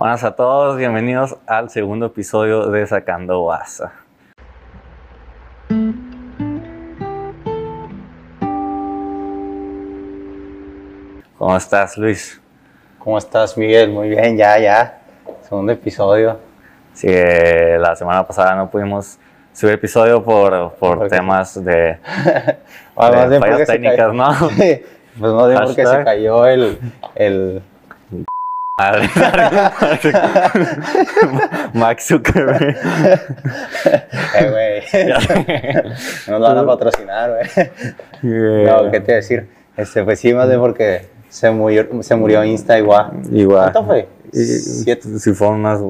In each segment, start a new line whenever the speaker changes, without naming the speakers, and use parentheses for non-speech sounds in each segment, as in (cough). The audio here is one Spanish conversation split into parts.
Buenas a todos, bienvenidos al segundo episodio de Sacando Baza. ¿Cómo estás, Luis?
¿Cómo estás, Miguel? Muy bien, ya, ya. Segundo episodio.
Sí, eh, la semana pasada no pudimos subir episodio por, por
¿Por qué?
temas de,
Bueno,
de
más bien porque
fallas
se
técnicas,
cayó- (laughs)
¿no? (laughs)
Sí, Pues no digo porque se
Hashtag.
cayó el, el,
Madre. Max Zuckerberg.
eh, (laughs) güey.
Ya sé.
No nos van a patrocinar, güey. (laughs) No, ¿qué te iba a decir? Este, pues sí, más bien porque se murió, se murió Insta igual.
Eh, Igual.
¿Cuánto fue?
Y-
Siete.
Sí, fueron unas.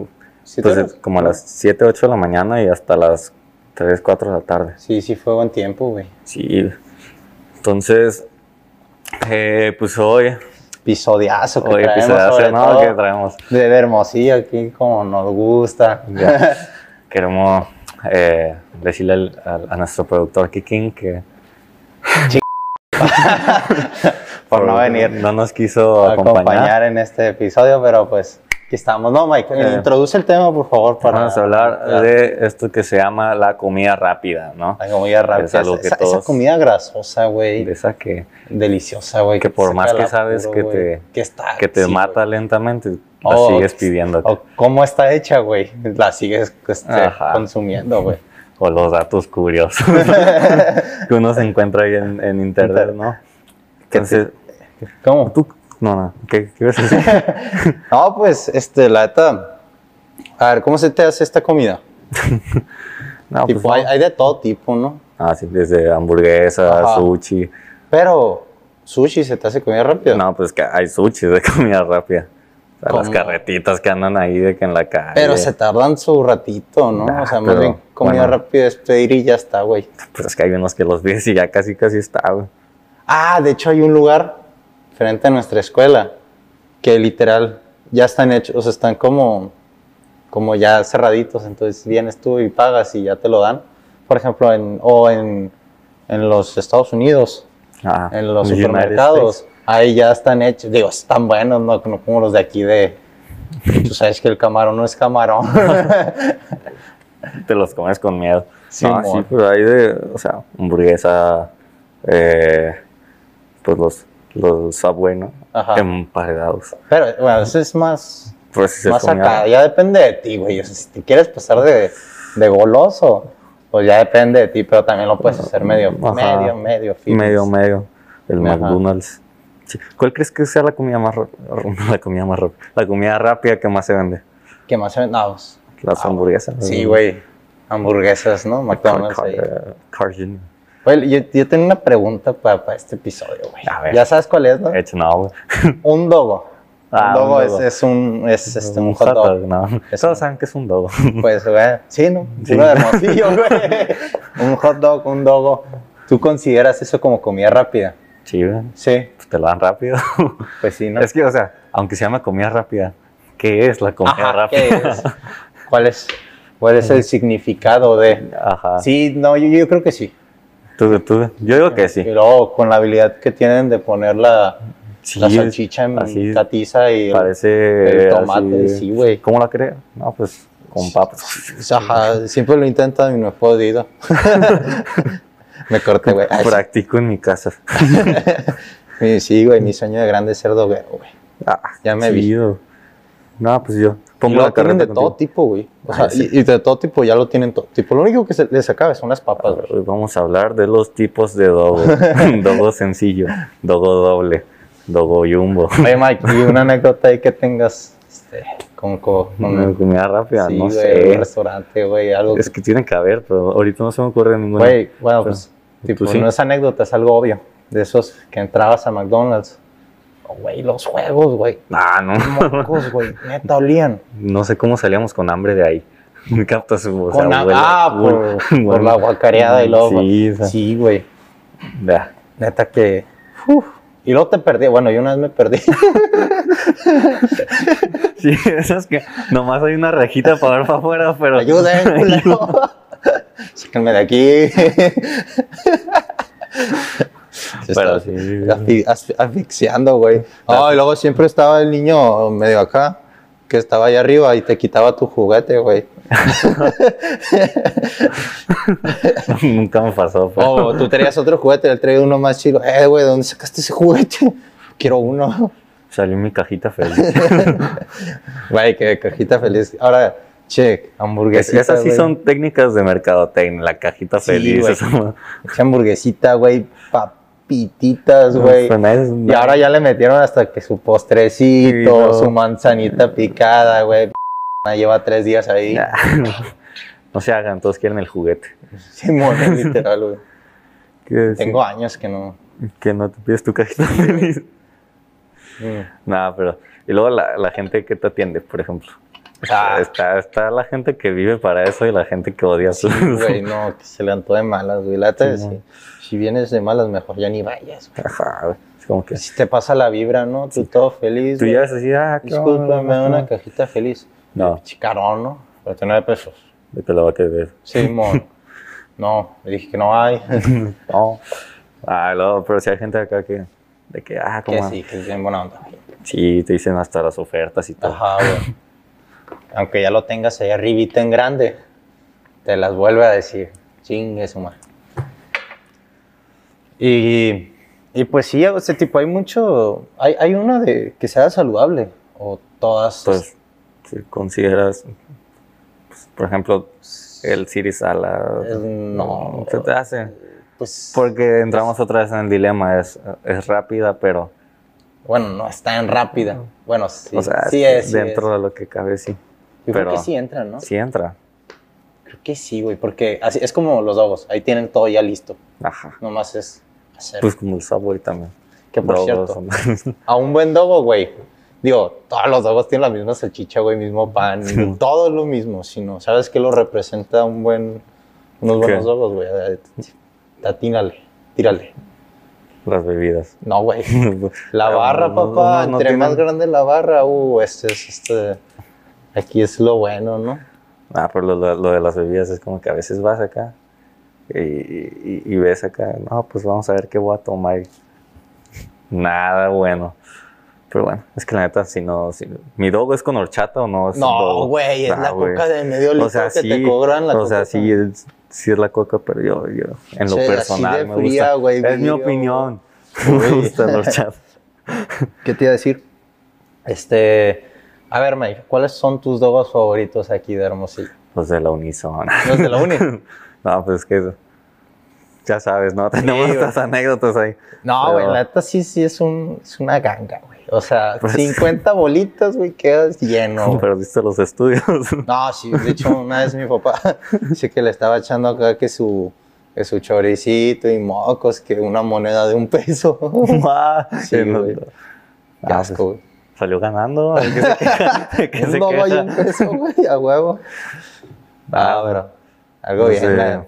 ¿Siete
pues,
horas?
como a las 7, 8 de la mañana y hasta las 3, 4 de la tarde.
Sí, sí fue buen tiempo, güey.
Sí. Entonces, eh, pues (laughs) hoy,
Episodiazo que
hoy
traemos
episodio
sobre
¿no?
todo
que traemos.
de Hermosillo aquí como nos gusta.
(laughs) Ya. Queremos eh, decirle al- al- a nuestro productor Kikin que
Por no venir.
no nos quiso
acompañar.
acompañar.
en este episodio, pero pues aquí estamos, ¿no, Mike?
Eh,
Introduce el tema, por favor, para
Vamos a hablar de esto que se llama la comida rápida, ¿no?
la comida rápida.
Es algo que
esa, esa
todos-
comida grasosa, güey,
De esa que,
deliciosa, güey.
que por
te
más
saca
que
del
sabes
apuro,
que
güey,
te-
que, está,
que te
sí,
mata lentamente, la
Oh,
sigues
es-
pidiendo.
güey. O cómo está hecha, güey, la sigues este,
Ajá. (laughs)
consumiendo, güey.
O los datos
(laughs)
curiosos que uno se encuentra ahí en, en internet, ¿no? Entonces,
¿Cómo?
tú, no, no, ¿qué, qué ibas
(laughs)
a decir?
No, pues, este, la neta, a ver, ¿cómo se te hace esta comida?
No, Ah, pues,
tipo, hay, hay de todo tipo, ¿no?
ah, sí, desde hamburguesas,
Ajá.
sushi.
Pero, ¿sushi se te hace comida rápida?
No, pues que hay sushi de comida rápida. O sea, las
¿Cómo?
carretitas que andan ahí de que en la calle.
Pero se tardan su ratito, ¿no?
eh. Nah,
o sea, más
pero,
bien comida
bueno.
rápida es pedir y ya está, güey.
Pues es que hay unos que los ves y ya casi, casi está, güey.
Ah, de hecho hay un lugar frente a nuestra escuela que literal ya están hechos, o sea, están como, como ya cerraditos, entonces vienes tú y pagas y ya te lo dan. Por ejemplo, en, o en, en los Estados Unidos,
Ah,
en los
United
supermercados, ahí ya están hechos, digo, están buenos, no, no como los de aquí de... Tú sabes que el camarón no es camarón. (laughs)
States, Te los comes con miedo.
Sí,
no,
amor.
sí, pero hay de, o sea, hamburguesa, eh, pues los, los Subway, ¿no?
Ajá.
Emparedados.
Pero, bueno, eso es más,
Pues si se
más
comía-
acá. Ya depende de ti, güey. O sea, si te quieres pasar de, de goloso, pues ya depende de ti, pero también lo puedes hacer medio,
Ajá.
medio, medio, fitness.
Medio, medio. El
Ajá.
McDonald's. Sí. ¿Cuál crees que sea la comida más ra- (laughs) la comida más rápida? La comida rápida que más se vende.
¿Qué más? se- No, pues,
Las
Ah,
hamburguesas.
sí, güey. Hamburguesas, ¿no?
Car-
McDonald's.
Car-
ahí.
eh, Carl Jr.
Güey, yo, yo tengo una pregunta para, este episodio, güey.
A ver.
Ya sabes cuál es, ¿no?
Hecho, no, güey.
Un dogo.
Ah,
un dogo,
un
es,
dogo.
es un, es este, un hot
hot
dog.
dog, no.
Es
Todos
un-
saben que es un dogo.
(laughs) Pues, güey, sí, ¿no?
Sí.
Uno de hermosillo, güey. un hot dog, un dogo. ¿Tú consideras eso como comida rápida?
(laughs) Sí, güey.
Sí,
Pues te lo dan rápido.
pues sí, ¿no?
Es que, o sea, aunque se llama comida rápida, ¿qué es la comida
Ajá,
rápida?
¿qué es? (laughs) ¿Cuál es, cuál es el significado de...?
Ajá.
Sí, no, yo, yo creo que sí.
Tú, tú. Yo digo que sí.
Y luego, con la habilidad que tienen de poner la,
Sí,
la salchicha en
así
catiza y...
Parece.
el tomate,
así-
sí, güey.
¿Cómo la crees? No, pues con papas.
Ajá, siempre lo intentan y no
(laughs)
he podido. (laughs) Me corté, güey. Ay,
Practico en mi casa.
sí, Sí, güey, mi sueño de grande es ser doguero, güey.
Ah,
(laughs) Ya me vi.
chido. No, pues yo.
Y
Pongo
lo
la
tienen
carreta
de todo tipo, güey. O sea,
Ay, sí.
y, y de todo tipo ya lo tienen todo tipo. Lo único que se les acaba son las
(laughs)
papas, güey.
Hoy vamos a hablar de los tipos de
(laughs)
dogo. dogo sencillo, dogo doble, dogo jumbo.
Oye, Mike, y una anécdota ahí que tengas este, con, co- con,
Una comida rápida,
sí,
no
güey, un
sé.
restaurante, güey, algo.
Es que tiene que haber, pero ahorita no se me ocurre ninguna.
güey, bueno,
pero-
pues, tipo,
sí.
no es anécdota, es algo obvio. De esos que entrabas a McDonald's. Oh, Güey, los juegos, güey.
Ah, no.
Mocos, güey, neta olían.
No sé cómo salíamos con hambre de ahí. (laughs) Me captas o sea,
Con la-
huele a
ah,
culo. (laughs)
por, por la guacareada y luego.
Sí, o sea,
Sí, güey.
ya.
Neta que. uf. Y luego te perdí. Bueno, yo una vez me perdí.
Sí, esas que nomás hay una rajita para ver para afuera, pero.
(laughs) Ayuden, culero. Sáquenme de aquí. (laughs) Se
Pero
está
sí. Ah.
asfi- asfi- asfixiando, güey. No, y luego siempre estaba el niño medio acá, que estaba allá arriba y te quitaba tu juguete, güey.
(laughs) Nunca me pasó. pero-
O tú tenías otro juguete, él traía uno más chido. Eh, güey, ¿de dónde sacaste ese juguete? (laughs) Quiero uno. (laughs)
Salió mi cajita feliz.
Güey, qué cajita feliz. Ahora, check,
Es-
hamburguesita.
Esas sí
güey.
son técnicas de mercadotecnia, la cajita
Sí,
feliz.
güey.
esa madre.
Che, hamburguesita, güey, papititas, Pues, güey.
Son esas-
Y ahora ya le metieron hasta que su postrecito,
Sí, no.
su manzanita picada, güey. Lleva tres días ahí. (laughs)
Ya. Ah, (laughs) No se hagan, todos quieren el juguete.
Simón,
(laughs)
literal, güey.
Que,
Tengo años que
(laughs)
no.
que no te pides tu cajita (laughs) feliz. Nada, pero. Y luego la, la gente que te atiende, por ejemplo.
Ah.
Está, está la gente que vive para eso y la gente que odia su.
Güey, no, que se levantó de malas, güey. La neta,
Simón.
si, si vienes de malas, mejor ya ni vayas.
(laughs)
güey. Pues
Ajá, güey. Es como que.
Si te pasa la vibra, ¿no? Tú todo feliz.
Tú
güey.
ya así, ah, qué onda,
Discúlpame,
no,
una
no.
cajita feliz.
No,
Chicarón, ¿no? 39 pesos.
de que la va a querer. (laughs)
Simón. no, le dije que no hay.
No. Ah, luego, pero si hay gente acá que. De que, ah,
que
como.
sí, que es bien buena onda.
Sí, te dicen hasta las ofertas y todo.
Ajá, güey. Aunque ya lo tengas ahí arribita en grande, te las vuelve a decir. Chingue su madre. Y, y pues sí, ese tipo, hay mucho. Hay, hay una de que sea saludable. O todas.
Entonces, si consideras, pues, por ejemplo, el Ciris a la...
es- no.
Se te hace.
Pues.
Porque entramos otra vez en el dilema, es, es rápida, pero
Bueno, no es tan rápida. Bueno, sí.
o sea,
sí
es-
es. sí
dentro
es.
de lo que cabe, sí.
Yo
pero-
creo que sí entra, ¿no?
Sí entra.
Creo que sí, güey. Porque así, es como los dogos. Ahí tienen todo ya listo.
Ajá.
Nomás es hacer.
Pues como el Subway también.
que por
Dos,
cierto.
dos, son-
a un buen dogo, güey. Digo, todos los dogos tienen la misma salchicha, güey, mismo pan,
Sí.
todo es lo mismo, sino, ¿sabes qué lo representa un buen, unos
¿Qué?
buenos dogos, güey? Eh, t- Atínale, tírale.
(laughs) las bebidas. (laughs)
No, güey. La
No,
barra,
no,
papá,
no
entre
tienen-
más grande la barra, uh, este es, este, aquí es lo bueno, ¿no?
Ah, pero lo, lo- lo de las bebidas es como que a veces vas acá y, y- y ves acá, no, pues vamos a ver qué voy a tomar. y Nada bueno. Pero bueno, es que la neta, si no, si, mi dogo es con horchata o no es
No,
dogo?
güey, es
Ah,
la
güey.
coca de medio litro
O sea,
que
sí,
te cobran la
o sea,
coca.
sí es, sí es la coca, pero yo, yo en lo
Sí, así de
personal me
fría,
gusta.
güey,
es mi
yo-
opinión. (laughs) me
Güey.
gusta la horchata.
¿Qué te iba a decir? Este, a ver, Mike, ¿cuáles son tus dogos favoritos aquí de Hermosillo?
Pues de la unison. (laughs)
Los de la uni.
No, pues es que ya sabes, ¿no? (laughs) Tenemos
güey.
estas anécdotas ahí.
No,
Pero-
güey, la neta sí, sí es, un, es una ganga, güey. O sea,
(laughs) Pues-
50 bolitas, güey,
(laughs)
quedas lleno. güey.
Perdiste los estudios. (laughs)
No, sí, de hecho, una vez mi papá, (laughs) sí que le estaba echando acá que su, que su choricito y mocos, que una moneda de un peso. (laughs)
Ah,
Sí,
que no-
güey.
no.
Qué asco, güey.
Salió ganando. el que se queja, (laughs) el que se
Un dogo y
queja.
un peso, güey, a huevo.
Ah,
Ah, pero algo
no
bien.
sé.
la-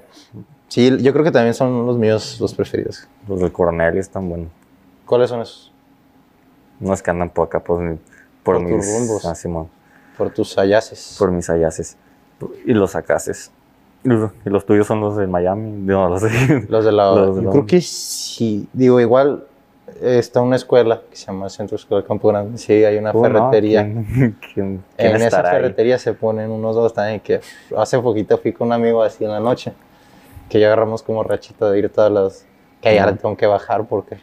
Sí, yo creo que también son los míos los preferidos.
Los del coronel están buenos.
¿Cuáles son esos?
No es que andan por acá por, mi- por,
Por tus
mis
rumbos.
ah, Simón,
Por tus ayaces.
por mis ayaces y los acaces. Y los- y los tuyos son los de Miami. No, los de-
Los de la
Los de
Yo
la
creo
UNI.
que sí. Digo, igual eh, está una escuela que se llama Centro Escolar Campo Grande. Sí, hay una
Uh, no,
ferretería.
¿quién- quién- quién
en esa
estará ahí?
ferretería se ponen unos dos también que hace poquito fui con un amigo así en la noche. Que ya agarramos como rachita de ir todas las. Que ya
Ujú.
le tengo que bajar porque.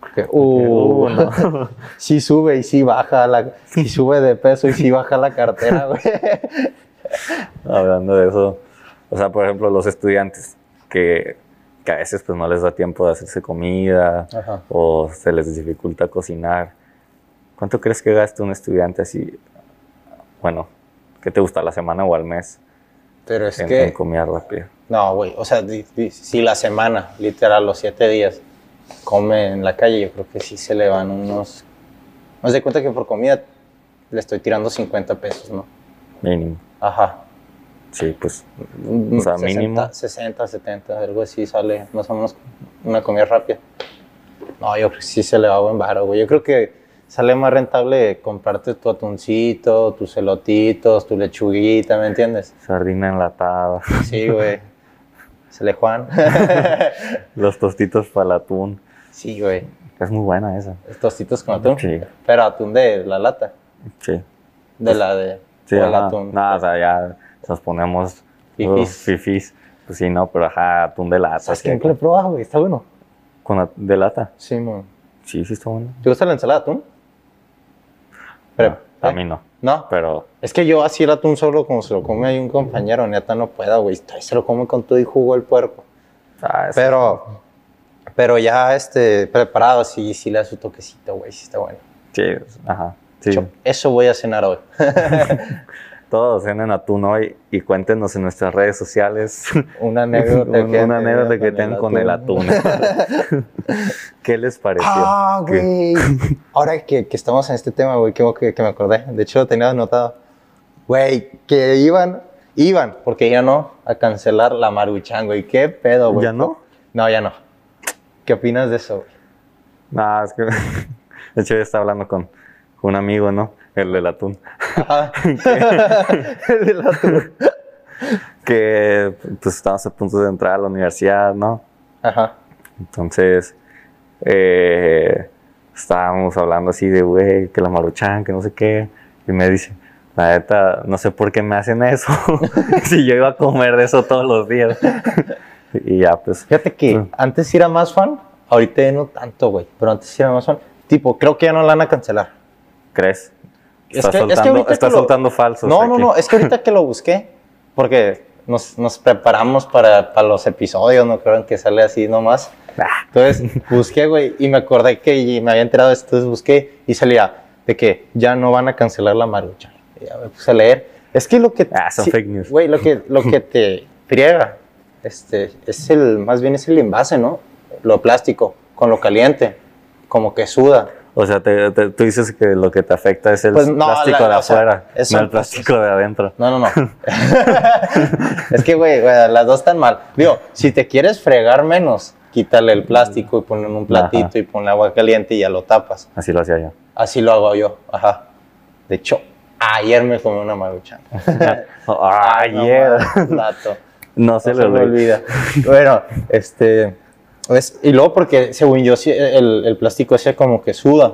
porque, uh,
Uh, no.
(laughs) sí sube y sí baja la. Sí sube de peso y sí baja la cartera,
(laughs)
güey.
(laughs) Hablando de eso, o sea, por ejemplo, los estudiantes que, que a veces pues no les da tiempo de hacerse comida
Ajá.
o se les dificulta cocinar. ¿Cuánto crees que gasta un estudiante así? Bueno, ¿qué te gusta a la semana o al mes
Pero es
en,
que.
en comida rápida?
No, güey, o sea, di- di- si la semana, literal, los siete días, come en la calle, yo creo que sí se le van unos... Haz de cuenta que por comida le estoy tirando 50 pesos, ¿no?
Mínimo.
Ajá.
Sí, pues
Mm,
O sea, mínimo.
60, 70, algo así sale más o menos una comida rápida. No, yo creo que sí se le va buen varo, güey. Yo creo que sale más rentable comprarte tu atuncito, tus elotitos, tu lechuguita, ¿me entiendes?
sardina enlatada, (laughs)
Sí, güey. Se le Juan. (laughs)
los tostitos para el atún.
sí, güey.
Es muy buena esa.
Tostitos con atún.
Ah, Sí,
Pero atún de la lata.
sí.
de la de
Sí,
o el
ajá.
atún.
No, o sea, ya nos ponemos
Fifís.
uf, fifís. Pues sí, no, pero ajá, atún de lata.
¿Sabes
sí,
que nunca lo he probado, güey? Está bueno.
con at- de lata.
Sí, mon.
Sí, sí está bueno.
¿Te gusta la ensalada de atún? Pero,
No,
¿eh?
A mí no,
No,
pero
es que yo así el atún solo como se lo come ahí un compañero, neta no pueda, güey. Está- Se lo come con todo y jugo el puerco.
ah, es-
Pero, pero ya este, preparado, sí, sí le da su toquecito, güey. Sí está bueno.
sí, es- ajá. Sí,
Yo- Eso voy a cenar hoy.
todos cenen atún hoy y cuéntenos en nuestras redes sociales (laughs)
Una anécdota
una,
que han
una anécdota que tengan con el atún.
(laughs)
¿Qué les pareció?
Ah,
¿Qué?
güey.
(laughs)
Ahora que, que estamos en este tema, güey, que, que, que me acordé. De hecho, lo tenía anotado. Güey, que iban, iban, porque ya no, a cancelar la Maruchan, güey. ¿Qué pedo, güey?
¿Ya no?
No, ya no. ¿Qué opinas
(laughs)
de eso, güey?
No, es que (laughs) de hecho yo estaba hablando con un amigo, ¿no? El del atún. (laughs)
Ajá. El de la tur-
que pues estábamos a punto de entrar a la universidad, ¿no?
Ajá.
Entonces, eh, estábamos hablando así de, güey, que la maruchan, que no sé qué. Y me dice, la neta, no sé por qué me hacen eso. (laughs) si yo iba a comer de eso todos los días. (laughs) y ya, pues,
Fíjate que
Sí.
antes era más fan, ahorita ya no tanto, güey. Pero antes era más fan. Tipo, creo que ya no la van a cancelar.
¿crees?
Es
Estás
que- es que
soltando,
ahorita que
estás
lo-
soltando falsos.
No,
aquí.
no, no, es que ahorita que lo busqué, porque nos, nos preparamos para, para los episodios, no creo en que sale así nomás.
Ah, (laughs)
Entonces busqué, güey, y me acordé que y me había enterado de esto, entonces busqué y salía de que ya no van a cancelar la marucha. Y ya me puse a leer. Es que lo que...
Ah, son fake news.
Güey, lo que,
(laughs)
lo que te friega, este, es el, más bien es el envase, ¿no? Lo plástico, con lo caliente, como que suda.
O sea, te- te- tú dices que lo que te afecta es el
Pues no,
plástico
la-
de
o sea,
afuera,
eso-
no el plástico de adentro.
No, no,
(laughs)
no. (laughs) es que, güey, güey, las dos están mal. Digo, si te quieres fregar menos, quítale el plástico y ponle en un platito
Ajá.
y ponle agua caliente y ya lo tapas.
Así lo hacía yo.
Así lo hago yo. Ajá. De hecho, ayer me comí una maruchan.
(laughs) Ayer.
No, dato.
No (laughs) se
No se
le
me
olvida.
olvida. Bueno, este. es- y luego, porque según yo, sí, el, el plástico ese como que suda.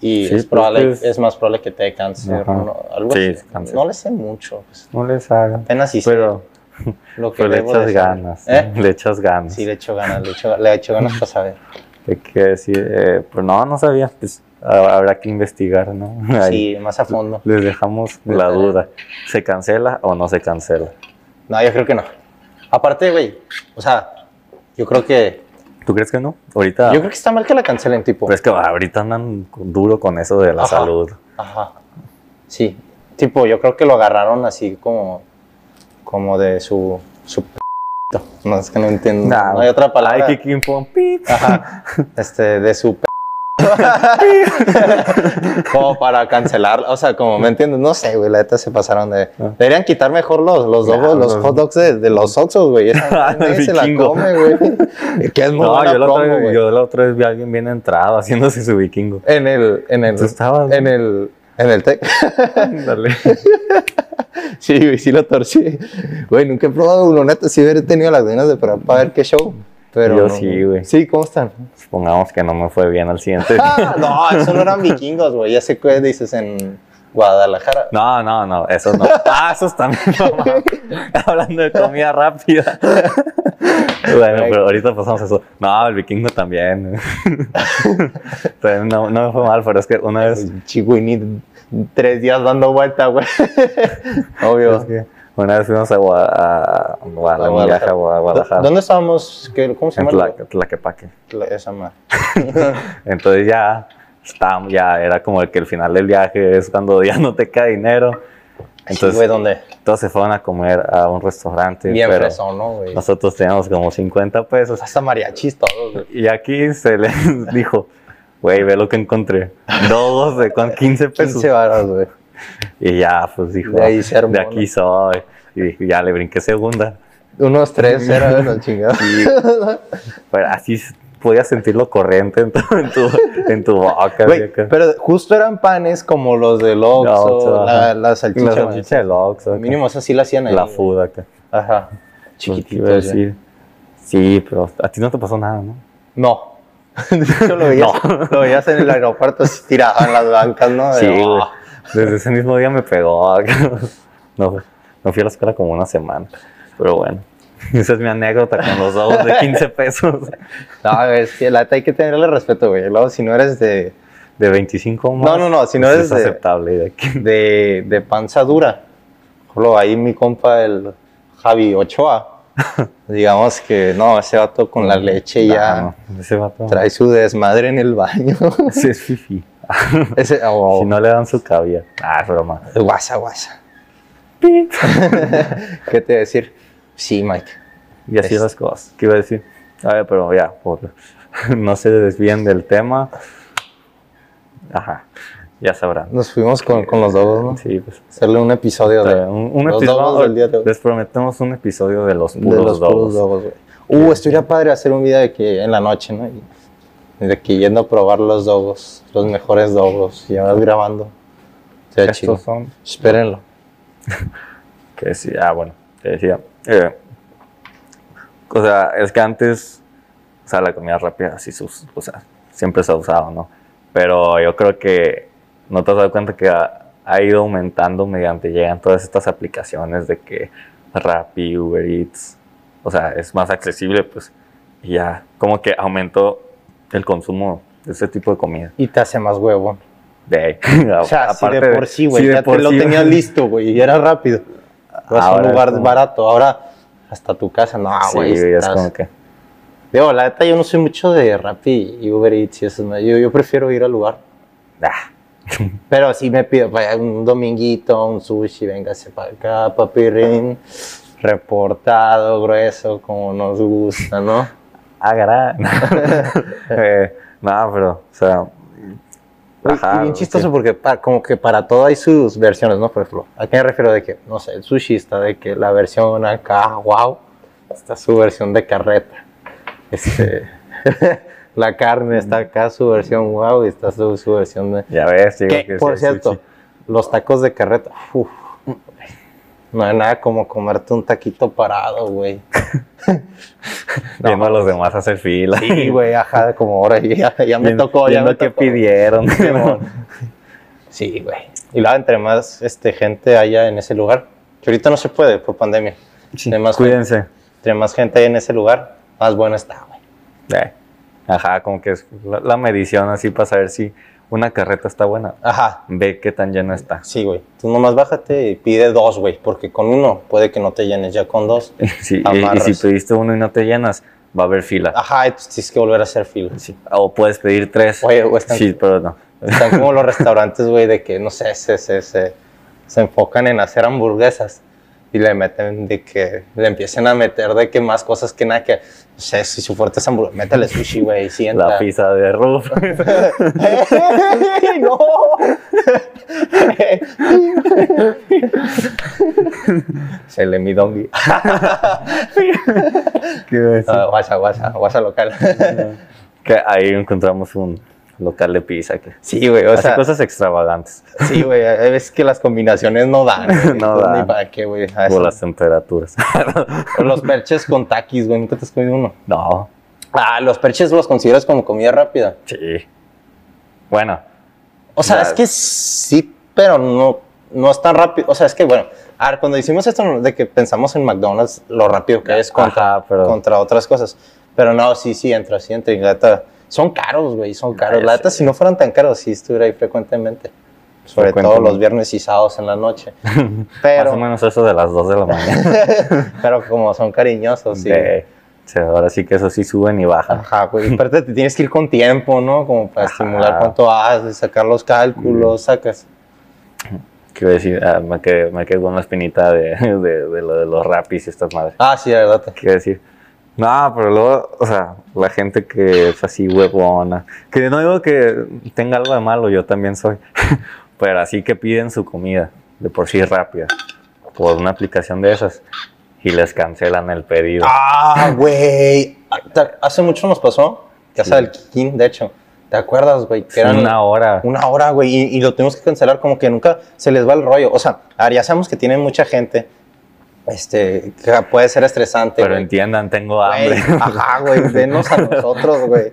Y
Sí,
es, probable,
pues,
es, más probable que te dé cáncer.
Ajá.
¿no? Algo
Sí,
así.
cáncer.
No le sé mucho. pues,
No les hagan.
apenas hice
Pero,
lo que
pero le
debo
echas
de saber.
ganas.
¿Eh?
Le echas ganas.
Sí, le echo ganas, le echo, le echo ganas
(laughs)
para saber.
Hay que decir, eh, pues no, no sabía. Pues ha- habrá que investigar, ¿no? (laughs) Ahí
Sí, más a fondo.
Les dejamos
De
la
tarea.
duda. ¿Se cancela o no se cancela?
No, yo creo que no. Aparte, güey, o sea, yo creo que.
¿Tú crees que no? Ahorita.
Yo creo que está mal que la cancelen, tipo.
Pero es que ahorita andan con- duro con eso de la
Ajá.
salud.
Ajá. Sí. Tipo, yo creo que lo agarraron así como. Como de su. su p. No, es que no entiendo.
Nah,
no hay otra palabra.
Ay, que Kim Pong, pip.
Ah, Ajá. (laughs) Este, de
(laughs)
su p. como para cancelarla. O sea, como me entiendes. No sé, güey. La neta se pasaron de. Deberían quitar mejor los, los,
Nah,
dogos- los
Ah. los-
hot dogs de, de los Oxos, güey.
(laughs)
Esa
Ah,
nadie se la
vikingo.
come,
(laughs)
güey. Que es muy
No,
buena
yo la,
promo,
otra, vez-
güey.
yo la otra vez vi a alguien bien entrado haciéndose su vikingo.
(laughs) En el. En el.
Tú estabas-
En el. En el tec. (laughs)
Ándale.
Sí, güey, sí lo torcí. Güey, nunca he probado uno, neta. Sí hubiera tenido las ganas de probar para ver qué show. Pero
Yo
no.
sí, güey.
Sí, ¿cómo están?
Supongamos que no me fue bien al
(laughs)
siguiente.
Ah, no, eso no eran vikingos, güey. Ya sé qué dices en Guadalajara.
No, no, no, esos
(laughs)
no. Ah, esos también. mamá. Hablando de comida rápida. Bueno, pero ahorita pasamos a eso. No, el vikingo
(laughs)
también. También No, no me fue mal, pero es que una vez,
Chico, y ni tres días dando
(laughs)
vuelta, güey. Obvio.
es que una vez fuimos a, Gua- a Guadalajara,
Guadalajara.
Gua- Guadalajara,
¿Dónde estábamos? ¿Qué- ¿Cómo se
en
llama?
Tla- Tlaquepaque.
Tla- Esa madre.
Entonces ya, estábamos, ya era como que el final del viaje es cuando ya no te queda dinero.
Entonces,
Entonces,
güey, ¿dónde?
todos se fueron a comer a un restaurante,
Bien
pero
fresón, ¿no, güey?
nosotros teníamos como 50 pesos.
Hasta mariachis todos, güey.
Y aquí se les (laughs) dijo, güey, ve lo que encontré. Dos de con
(laughs)
15 pesos.
15 varas, güey.
Y ya, pues dijo,
De ahí se armó,
"De aquí
¿no?"
soy. Y dije, ya le brinqué segunda.
Unos tres eran
(laughs)
los chingados. (laughs)
Pero pues, así s- podía sentir lo corriente en tu, en tu, en tu boca. así
Güey,
acá.
pero justo eran panes como los del
La
Oxxo,
Oxxo,
la,
ajá.
la salchicha.
La
güey.
salchicha del Oxxo, acá.
Mínimo, esas sí la hacían ahí.
La pues,
güey.
food acá. Lo
Ajá.
que
Chiquititos,
iba a
güey.
decir. Sí, pero a ti no te pasó nada, ¿no?
(laughs) No. (laughs) De hecho, lo veías, lo veías en el aeropuerto así tirado en las bancas, ¿no? De,
Sí,
"Ah,
güey. Desde ese mismo día me pegó. (laughs) No, no fui a la escuela como una semana. Pero bueno, esa es mi anécdota con los dados de
(laughs)
15 pesos.
"Ah, No, es que la neta hay que tenerle respeto, güey. Luego, si no eres de,
De 25 más.
No, no, no, si no
pues
es
es
de-
aceptable. De aquí.
de, de panza dura. Por ejemplo, ahí mi compa, el Javi
(laughs)
Ochoa, digamos que no, ese vato con la leche ya
Ah, no, ese vato.
trae su desmadre en
(laughs)
el baño.
Ese es fifi.
Ese, (laughs) oh,
Si no le dan su caviar. Ah, es broma.
(laughs) Guasa, guasa. ¿Qué te voy a decir? Sí, Mike.
Y así
Es-
las cosas. ¿Qué iba a decir? A ver, pero ya, por- (laughs) no se desvíen del tema. Ajá, ya sabrán.
Nos fuimos con, con los dos, ¿no?
Sí, pues.
Hacerle un episodio de,
un, un
los
episodio.
dogos del día de hoy.
Les prometemos un episodio de los
de
puros
los
dogos.
puros dogos, güey. Uh, estaría padre hacer un video de que en la noche, ¿no? Y de que yendo a probar los dogos, los mejores dogos, y ya vas grabando. Estaría
Estos
chido.
son.
Espérenlo.
Que sí, ah, bueno, te decía. eh, o sea, es que antes, o sea, la comida rápida sí, se us- o sea, siempre se ha usado, ¿no? Pero yo creo que no te has dado cuenta que ha, ha ido aumentando mediante llegan todas estas aplicaciones de que Rappi, Uber Eats, o sea, es más accesible, pues, y ya, como que aumentó el consumo de ese tipo de comida.
Y te hace más huevo.
De, (laughs)
O sea, si de
aparte
por sí, güey,
si de
ya
por
te
(laughs)
lo
sí,
tenías listo, güey, y era rápido. Vas a un
Ahora es
lugar
como-
barato, ahora hasta tu casa, no,
Sí,
Ah, güey.
ya es
estás-
como que.
Digo, la neta, yo no soy mucho de Rappi y Uber Eats y eso, ¿no? yo, yo prefiero ir al lugar.
ah,
Pero sí me pido vaya, un dominguito, un sushi, véngase para acá, papirrín, reportado, grueso, como nos gusta, ¿no?
agarrar. (laughs) eh, no, pero, o sea.
y bien
ajá,
chistoso porque pa- como que para todo hay sus versiones, ¿no? Por ejemplo, ¿a qué me refiero de que, no sé, el sushi está de que la versión acá, wow, está su versión de carreta. Este, (laughs) la carne está acá, su versión wow, y está su, su versión de...
Ya ves, digo
Que,
que sí
por
hay
cierto,
sushi.
los tacos de carreta. uf. no hay nada como comerte un taquito parado, güey. (laughs)
viendo a los demás hacer fila.
Sí, güey, ajá, como ahora ya, ya me
Viendo-
tocó, ya
viendo
me
qué
tocó.
pidieron.
(laughs) Simón. Sí, güey. Y luego, entre más este, gente haya en ese lugar, que ahorita no se puede por pandemia.
Sí, (laughs)
Entre, más gente,
Cuídense.
entre más gente haya en ese lugar, más bueno está, güey.
Eh, Ajá, como que es la, la medición así para saber si una carreta está buena.
Ajá,
Ve qué tan llena está. (laughs)
sí, güey. Tú nomás bájate y pide dos, güey, porque con uno puede que no te llenes, ya
(laughs)
con dos.
Sí, y- y,
Amarras.
si pediste uno y no te llenas, va a haber fila.
Ajá, y tú tienes que volver a hacer fila.
Sí. O puedes pedir tres.
Oye, güey, están-
sí, pero no.
Están como los restaurantes, güey, de que, no sé, se, se, se, se enfocan en hacer hamburguesas y le meten de que, le empiecen a meter de que más cosas que nada que, no sé, si su fuerte es hamburguesa, métele sushi, güey, sienta. (laughs)
La pizza de Ruf.
¡Ey, ¡No! se le midongi.
¿Qué iba a decir?
Ah, guasa, guasa, guasa local.
Que ahí encontramos un local de pizza que
sí, güey, o
hace
sea,
cosas extravagantes
sí, güey, es que las combinaciones no dan. güey, entonces
dan.
Ni para qué, güey. a eso
por las temperaturas. (laughs)
O Los perches con taquis, güey. Nunca te has comido uno.
no,
Ah, los perches los consideras como comida rápida.
sí. Bueno,
O sea,
Ya.
es que sí, pero no, no es tan rápido. O sea, es que, bueno, a ver, cuando hicimos esto de que pensamos en McDonald's, lo rápido que es contra,
Ajá, pero-
contra otras cosas. Pero no, sí, sí, entra, sí, entra. y la neta, son caros, güey, son caros.
ya
La neta,
sé.
si no fueran tan caros, sí estuviera ahí frecuentemente. Sobre todo
Frecuentemente.
los viernes y sábados en la noche.
(laughs) más o
Pero,
menos eso de las 2 de
(laughs)
la mañana.
pero como son cariñosos, sí. Ah.
De- o sea, ahora sí que eso sí suben y bajan.
Ajá, güey. y Aparte, te tienes que ir con tiempo, ¿no? Como para
Ajá.
estimular cuánto haces, sacar los cálculos, sacas.
Quiero decir, ah, me quedé, me quedé con la espinita de, (laughs) de- de lo de los rapis y estas madres.
Ah, sí, la verdad.
Quiero decir, no, pero luego, o sea, la gente que es así huevona, que no digo que tenga algo de malo, yo también soy, (laughs) pero así que piden su comida de por sí rápida por una aplicación de esas y les cancelan el pedido.
Ah, güey. Ta- Hace mucho nos pasó. Casa del Kikín, de hecho. ¿Te acuerdas, güey? Que
Es
eran
una hora.
una hora, güey. Y, y lo tuvimos que cancelar, como que nunca se les va el rollo. O sea, ahora ya sabemos que tienen mucha gente. este, que puede ser estresante.
Pero
güey.
entiendan, tengo
Güey, ah.
hambre.
Ajá, güey, venos a nosotros, güey.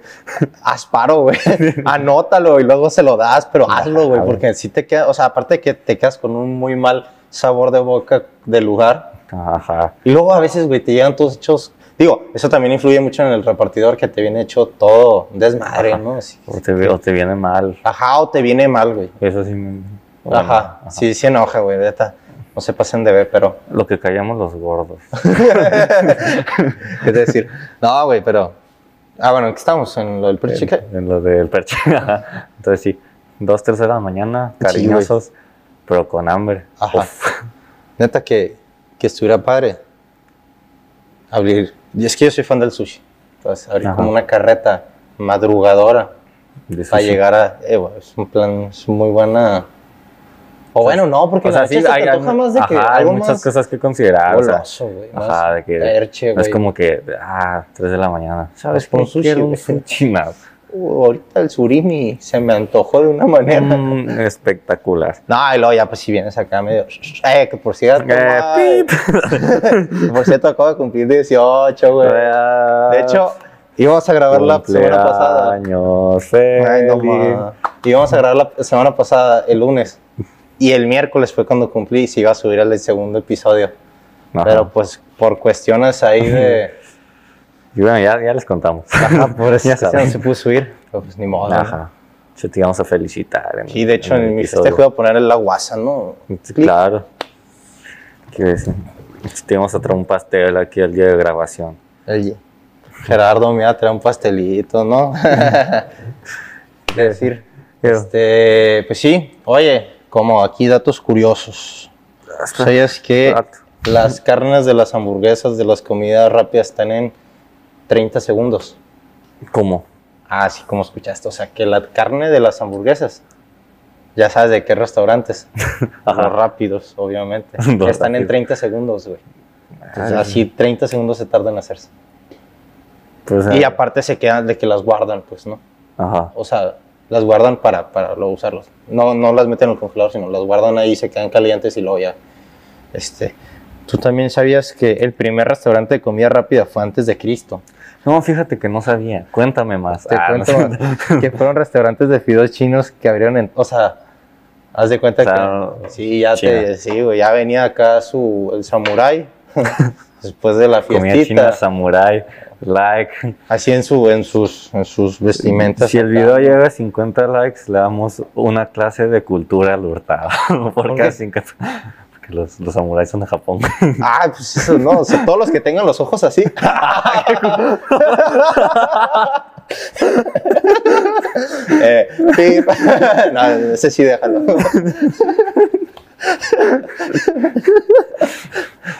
Haz
(laughs)
paro, güey. Anótalo y luego se lo das, pero hazlo, güey,
Ajá,
porque si te queda, o sea, aparte de que te quedas con un muy mal sabor de boca del lugar.
(laughs) Ajá.
Y luego a veces, güey, te llegan todos hechos. Digo, eso también influye mucho en el repartidor que te viene hecho todo un desmadre, ¿no? Así que-
O te, o te viene mal.
Ajá, o te viene mal, güey.
Eso sí me. bueno,
Ajá, sí, sí enoja, güey, neta. No se pasen de ver, pero. (laughs)
Lo que callamos los gordos.
Es decir, no, güey, pero. Ah, bueno, ¿en ¿qué estamos? ¿En lo del pre chicken?
En, en lo del perche. (laughs) Ajá. Entonces sí, dos, tres de la mañana,
Sí, güey.
cariñosos, pero con hambre.
Ajá.
Uf. (laughs)
Neta que, que estuviera padre. Abrir. Y es que yo soy fan del sushi. Entonces, abrir
Ajá.
como una carreta madrugadora
De
para
sushi.
llegar a. eh, güey, es un plan, es muy buena. O Pues bueno, no, porque
O sea,
la
sí,
neta se
hay,
te
hay-
antoja más de que
ajá, hay
algo
muchas
más
cosas que considerar. o sea,
goloso, güey. más
ajá, de que
perche,
no es
güey.
como que, ah, 3 de la mañana. ¿Sabes
por
qué?
un sushi,
Quiero un
güey.
sushi. No.
"Uh, ahorita el surimi se me antojó (laughs) de una manera.
Mm, espectacular.
No, y luego ya, pues si vienes acá medio. Eh, que por cierto.
Eh,
ay, (laughs) por cierto, acabo de cumplir 18, güey.
Eh,
De hecho, íbamos a grabar la semana pasada.
Cumpleaños
Ay, no
feliz.
ma. Íbamos a grabar la semana pasada, el lunes. Y el miércoles fue cuando cumplí y se iba a subir al segundo episodio.
Ajá.
Pero pues por cuestiones ahí
(laughs)
de.
Y bueno, ya, ya les contamos.
(laughs) Ajá, por
(laughs)
eso
Ya
no
saben.
se pudo subir. Pero pues ni modo. ¿no?
Ah, Ajá. Sí, te íbamos a felicitar. en-
Y de hecho,
en el
en mi
episodio.
festejo iba a poner el guasa, ¿no?
Sí, Claro. ¿Qué decir? Tenemos otro un pastel aquí el día de grabación.
El Gerardo me va a traer un pastelito,
(laughs)
¿no? ¿Qué decir?
Yo.
Este, pues sí, oye, como aquí datos curiosos. ¿Sabías que
Dato.
las carnes de las hamburguesas de las comidas rápidas están en 30 segundos?
¿Cómo?
Ah, sí, como escuchaste, o sea, que la carne de las hamburguesas, ya sabes de
(laughs)
qué restaurantes,
Ajá.
los rápidos, obviamente,
Los
están en
rápidos.
30 segundos, güey. Entonces,
Ay.
así 30 segundos se tardan en hacerse.
Pues,
Y
eh,
aparte se quedan de que las guardan, pues, ¿no?
Ajá.
O sea, las guardan para, para luego usarlos. No, no las meten en el congelador, sino las guardan ahí, se quedan calientes y luego ya. Este, ¿Tú también sabías que el primer restaurante de comida rápida fue antes de Cristo?
No, fíjate que no sabía. Cuéntame más.
Te
Ah, no
cuento
sé.
que fueron restaurantes de fideos chinos que abrieron en... O sea, haz de cuenta
O sea,
que... Sí, ya te
China.
sí, güey, ya venía acá su,
(laughs)
el samurái después de
(laughs)
la
Comida china,
fiestita.
samurai, like.
Así en, su, en, sus, en sus vestimentas.
Si el video
acá.
llega a 50 likes, le damos una clase de cultura al hurtado. (laughs)
¿Por
¿Por
qué?
qué 50? Porque los, los samuráis son de Japón. (laughs)
Ah, pues eso no, o sea, todos los que tengan los ojos así. (laughs) Eh, pip. (laughs) No, ese sí déjalo.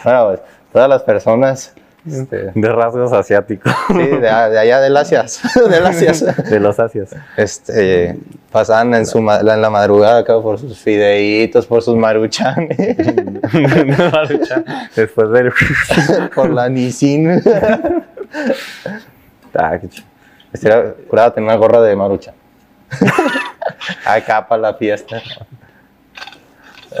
Bueno, pues, todas las personas este,
De rasgos
(laughs)
asiáticos.
sí, de, de allá del Asia, (laughs) del Asia,
De los (laughs)
(laughs)
asias.
este, pasaban en, su, ma- en la madrugada acá por sus fideitos, por sus maruchanes.
Después del.
(laughs)
(laughs)
por la Nissin.
Ah, qué chido.
Estaría curado tener una gorra de Marucha. (laughs) Acá para la fiesta.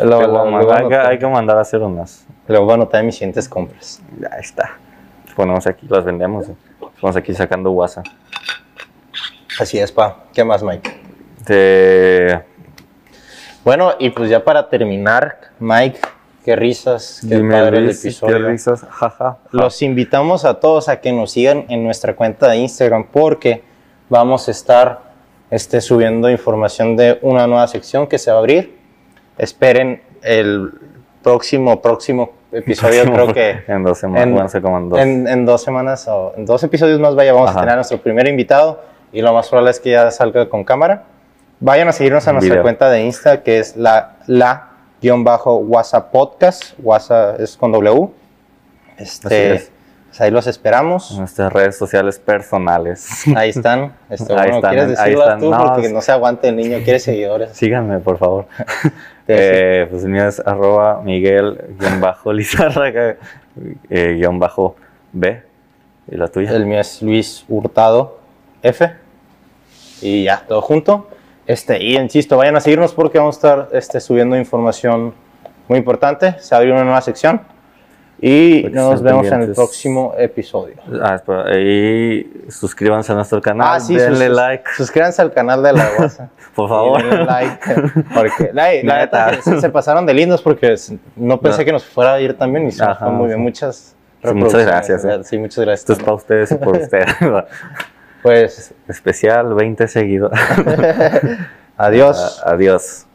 Lo,
Te
lo-
voy a
lo
mandar-
voy a
hay, que,
anotar.
hay que mandar a hacer unas.
Lo voy a anotar en mis siguientes compras.
Ahí está. Las Ponemos aquí, las vendemos. eh. Estamos aquí sacando WhatsApp.
Así es, pa. ¿Qué más, Mike?
Te-
Bueno, y pues ya para terminar, Mike, qué risas, qué
Dime,
padre
Luis,
el
qué
episodio.
risas. Jaja.
Los invitamos a todos a que nos sigan en nuestra cuenta de Instagram porque vamos a estar este, subiendo información de una nueva sección que se va a abrir. Esperen el próximo, próximo
(laughs)
episodio, creo que
En dos semanas.
en-
bueno, se coman dos.
en, en dos semanas o en dos episodios más vaya, vamos
Ajá.
a tener a nuestro primer invitado y lo más probable es que ya salga con cámara. Vayan a seguirnos a nuestra
Video.
cuenta de Insta que es la la guión bajo WhatsApp podcast, WhatsApp es con W. Este,
es.
pues ahí los esperamos.
Nuestras redes sociales personales. (laughs)
Ahí están. Este,
Ahí
bueno,
están,
¿Quieres
ahí
decirlo
están.
tú?
No,
Porque
es-
no se aguante el niño, quiere seguidores.
Síganme, por favor.
Te-
Eh, pues el mío es arroba Miguel guión bajo (laughs) Lizarraga eh, guión bajo B. ¿Y la tuya?
El mío es Luis Hurtado F. Y ya, todo junto. Este, y insisto, vayan a seguirnos porque vamos a estar este, subiendo información muy importante. Se abrió una nueva sección. Y
Porque
nos
estén
vemos en el
pendientes.
próximo episodio.
Ah, espera, y suscríbanse a nuestro canal,
Ah, sí,
denle
sus-
like,
Suscríbanse al canal de la
(laughs)
WhatsApp.
por favor.
Y denle like. Porque la, la
Neta.
neta, se, se pasaron de lindos porque s- no pensé
No.
que nos fuera a ir también y se nos
Ajá,
fue muy bien.
sí.
Muchas
muchas
reproducciones,
gracias, eh.
¿verdad? Sí, muchas gracias.
Esto es para ustedes y por ustedes.
Pues
Especial 20 seguidos.
adiós.
Adiós.